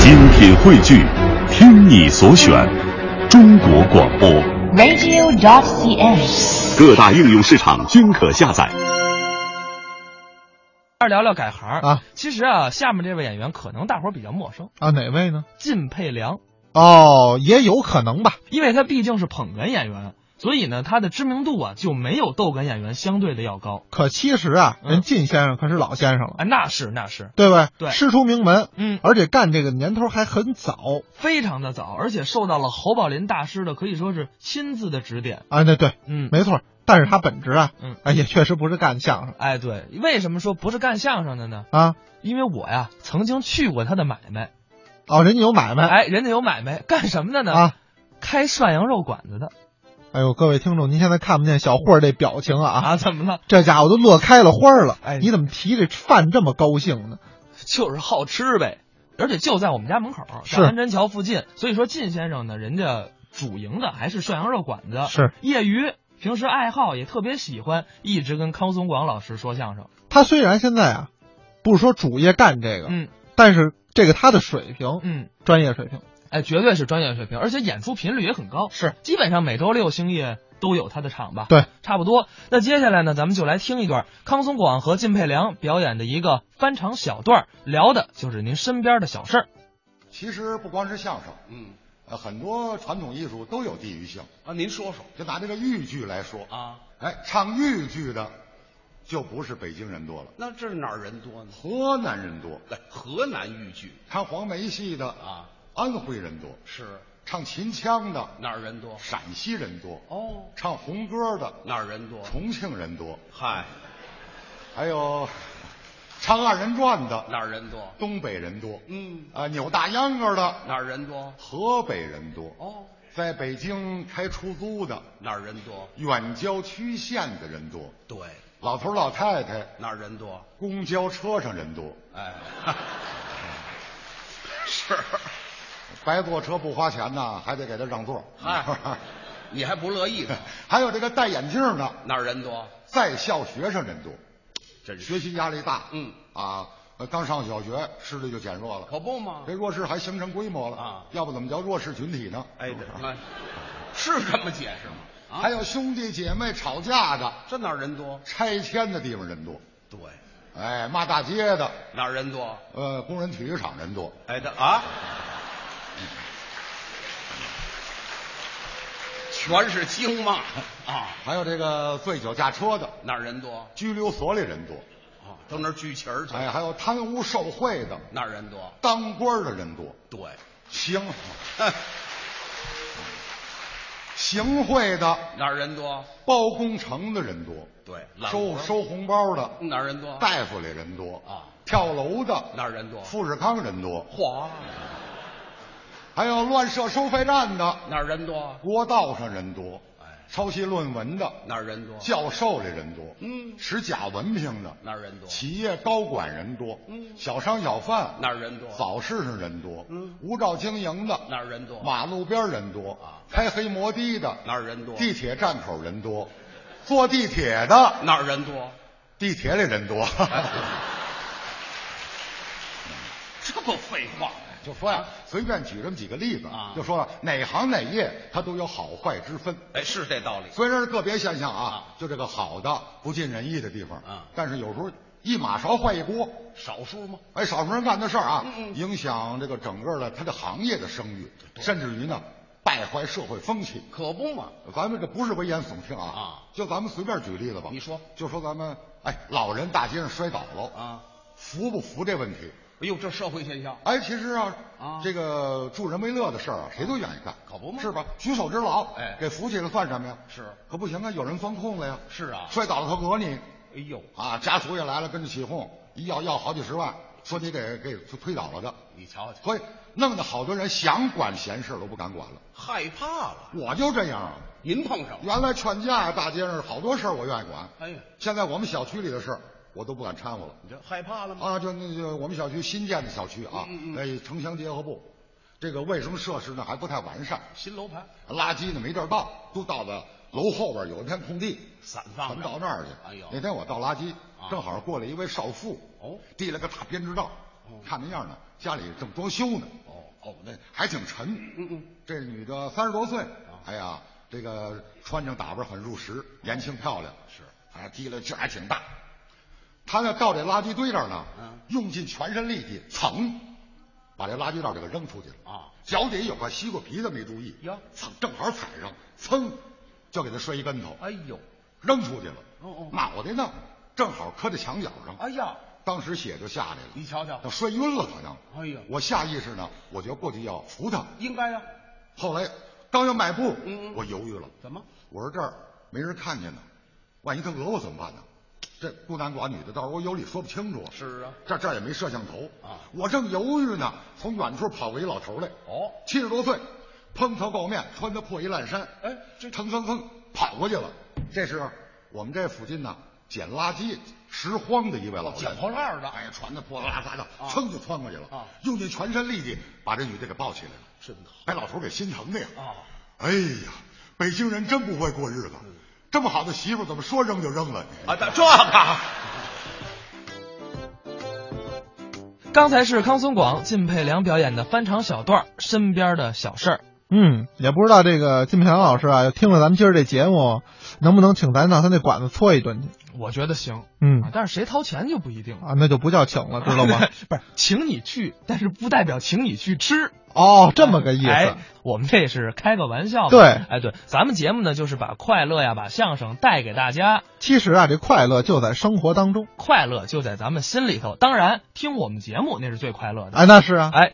精品汇聚，听你所选，中国广播。 radio.cn。各大应用市场均可下载。二聊聊改行儿啊。其实啊，下面这位演员可能大伙儿比较陌生，啊，哪位呢？靳佩良，哦，也有可能吧。因为他毕竟是捧哏演员，所以呢，他的知名度啊就没有逗哏演员相对的要高。可其实啊，嗯人靳先生可是老先生了，啊，那是那是，对吧？对师出名门，嗯，而且干这个年头还很早非常的早，而且受到了侯宝林大师的可以说是亲自的指点。啊。那对，嗯，没错。但是他本职啊，嗯啊，也确实不是干相声哎，对，为什么说不是干相声的呢？啊。因为我呀曾经去过他的买卖，哦，人家有买卖哎，人家有买卖，干什么的呢？啊。开涮羊肉馆子的哎呦，各位听众，您现在看不见小霍这表情啊，啊？怎么了？这家伙都乐开了花了。哎你怎么提这饭这么高兴呢？就是好吃呗，而且就在我们家门口，是在安贞桥附近。所以说，靳先生呢，人家主营的还是涮羊肉馆子，是业余，平时爱好也特别喜欢，一直跟康松广老师说相声。他虽然现在啊，不是说主业干这个，嗯但是这个他的水平，嗯，专业水平哎，绝对是专业水平，而且演出频率也很高，是基本上每周六星夜都有他的场吧？对，差不多。那接下来呢，咱们就来听一段康松广和靳佩良表演的一个翻唱小段儿，聊的就是您身边的小事儿。其实不光是相声，嗯呃，很多传统艺术都有地域性。啊，您说说就拿这个豫剧来说，啊，哎，唱豫剧的就不是北京人多了，那这哪儿人多呢？河南人多；来，河南豫剧唱黄梅戏的啊，安徽人多；是唱秦腔的哪儿人多？陕西人多；哦，唱红歌的哪儿人多？重庆人多；嗨，还有唱二人转的哪儿人多？东北人多；嗯，啊，扭大秧歌的哪儿人多？河北人多；哦，在北京开出租的哪儿人多？远郊区县的人多。对，老头儿老太太，哪儿人多？公交车上人多，哎，是，白坐车不花钱呐，还得给他让座。嗨，哎你还不乐意呢？ 还有这个戴眼镜的，哪儿人多？在校学生人多，真是学习压力大。嗯啊，呃刚上小学，视力就减弱了。可不吗这？弱势还形成规模了啊要不怎么叫弱势群体呢？哎，这那是这么解释吗？啊，还有兄弟姐妹吵架的，这哪儿人多？拆迁的地方人多，对，哎，骂大街的，哪儿人多？呃，工人体育场人多。哎的啊，全是经骂啊，还有这个醉酒驾车的，哪儿人多拘留所里人多，啊？都那儿聚群儿去，哎，还有贪污受贿的，哪儿人多？当官儿的人多，对，行， 行贿的，哪儿人多？包工程的人多，对，揽收活收红包的，哪儿人多？大夫里人多嗯啊，跳楼的，哪儿人多？富士康人多，嚯，还有乱设收费站的，哪儿人多？国道上人多，哎，抄袭论文的，哪儿人多？教授里人多，嗯，持假文凭的，哪儿人多？企业高管人多，嗯小商小贩哪儿人多？早市上人多，嗯无照经营的，哪儿人多？马路边儿人多啊开黑摩的的哪儿人多？地铁站口人多，坐地铁的哪儿人多？地铁里人多，这不废话吗？ 就说呀，随便举这么几个例子啊就说了哪行哪业它都有好坏之分。哎，是这道理。虽然是个别现象啊啊，就这个好的不尽人意的地方啊但是有时候一马勺坏一锅，少数吗？哎，少数人干的事儿啊，嗯嗯影响这个整个的他的行业的声誉，甚至于呢败坏社会风气。可不嘛，咱们这不是危言耸听啊，啊就咱们随便举例子吧。你说，就说咱们哎，老人大街上摔倒了，啊，扶不扶这问题？哎呦，这社会现象，哎，其实啊，啊这个助人为乐的事儿啊，谁都愿意干，可不嘛是吧？举手之劳，哎给扶起来算什么呀？是可不行啊，有人钻空子呀。是啊摔倒了他讹你哎呦，啊，家属也来了，跟着起哄，一要要好几十万，说你给给推倒了的，你瞧瞧，所以弄得好多人想管闲事儿都不敢管了。害怕了。我就这样啊，您碰上了，原来劝架大街上好多事儿我愿意管，哎呀，现在我们小区里的事儿我都不敢掺和了。你这害怕了吗？啊，就那就我们小区新建的小区啊，嗯嗯嗯哎，城乡结合部，这个卫生设施呢还不太完善，新楼盘垃圾呢没地儿倒，都倒到楼后边有一片空地，散咱放们着到那儿去。哎呦，那天我倒垃圾，啊正好过来一位少妇，哦递了个大编织袋，哦看那样呢，家里正装修呢哦，哦，那还挺沉。嗯啊嗯，这女的三十多岁，哎呀，这个穿着打扮很入时，哦年轻漂亮，是，啊，提了劲儿还挺大。她呢到这垃圾堆这儿呢，嗯用尽全身力气蹭，把这垃圾袋给扔出去了啊脚底有个西瓜皮子没注意，哟蹭正好踩上，噌，就给他摔一跟头，哎呦，扔出去了。哦哦脑袋呢正好磕在墙角上，哎呀，当时血就下来了，你瞧瞧他，摔晕了好像。哎呀我下意识呢，我就过去要扶他，应该啊呀，后来刚要迈步，嗯嗯我犹豫了，怎么？我说这儿没人看见呢，万一他讹我怎么办呢？这孤男寡女的，到时候我有理说不清楚。是啊这这儿也没摄像头啊我正犹豫呢，从远处跑过一老头来，哦七十多岁，蓬头垢面，穿着破衣烂衫，哎这腾腾腾跑过去了。这是我们这附近呢捡垃圾拾荒的一位老人，捡破烂儿的哎，穿的破烂儿的，啊噌就窜过去了，啊用尽全身力气把这女的给抱起来了。真好把老头给心疼的呀！啊，嗯哎呀，北京人真不会过日子，这么好的媳妇儿怎么说扔就扔了？啊，这个。刚才是康松广、靳佩良表演的翻唱小段儿《身边的小事儿》。嗯，也不知道这个金培良老师啊，听了咱们今儿这节目，能不能请咱到他那馆子搓一顿去？我觉得行，嗯啊但是谁掏钱就不一定了，啊，那就不叫请了，知道吗？ 不是，请你去，但是不代表请你去吃。哦， 这么个意思。哎，我们这也是开个玩笑嘛。对哎对，咱们节目呢就是把快乐呀，把相声带给大家，其实啊，这快乐就在生活当中。快乐就在咱们心里头。当然，听我们节目那是最快乐的。哎，那是啊。哎，